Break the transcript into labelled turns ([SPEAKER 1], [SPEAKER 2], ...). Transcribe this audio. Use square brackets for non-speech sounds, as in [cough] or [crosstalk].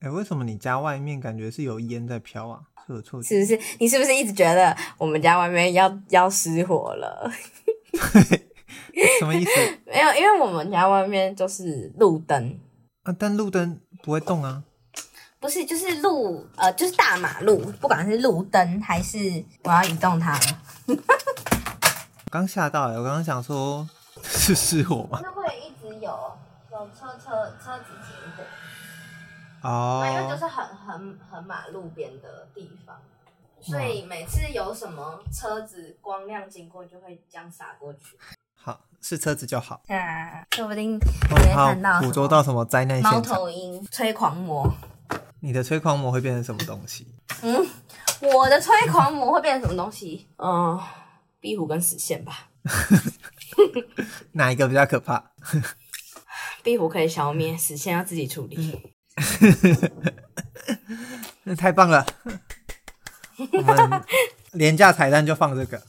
[SPEAKER 1] 哎，为什么你家外面感觉是有烟在飘啊？是有错觉？
[SPEAKER 2] 是不是？你是不是一直觉得我们家外面要要失火了？
[SPEAKER 1] 什么意思
[SPEAKER 2] 没有，因为我们家外面就是路灯，
[SPEAKER 1] 啊？但路灯不会动啊。
[SPEAKER 2] 不是就是路呃就是大马路，不管是路灯还是我要移动它了，
[SPEAKER 1] 我刚吓到哎、我刚刚想说 [laughs] 是失火吗？
[SPEAKER 3] 那会一直有有车车车子经过，
[SPEAKER 2] 哎
[SPEAKER 3] 那因为就
[SPEAKER 1] 哦，
[SPEAKER 3] 是很很很马路边的地方，
[SPEAKER 1] 嗯
[SPEAKER 3] 所以每次有什么车子光亮经过，就会这样洒过去。
[SPEAKER 1] 好，是车子就好。
[SPEAKER 2] 那说不定
[SPEAKER 1] 我
[SPEAKER 2] 我会
[SPEAKER 1] 哦好
[SPEAKER 2] 看到
[SPEAKER 1] 捕捉到什么灾难
[SPEAKER 2] 猫
[SPEAKER 1] 现场？
[SPEAKER 2] 头鹰吹狂魔，
[SPEAKER 1] 你的催狂魔会变成什么东西？
[SPEAKER 2] 嗯，我的吹狂魔会变成什么东西？嗯，壁虎跟死线吧，
[SPEAKER 1] 哪一个比较可怕？
[SPEAKER 2] 壁虎可以消灭，死线要自己处理。
[SPEAKER 1] 那太棒了！ [laughs] 我们廉价彩蛋就放这个。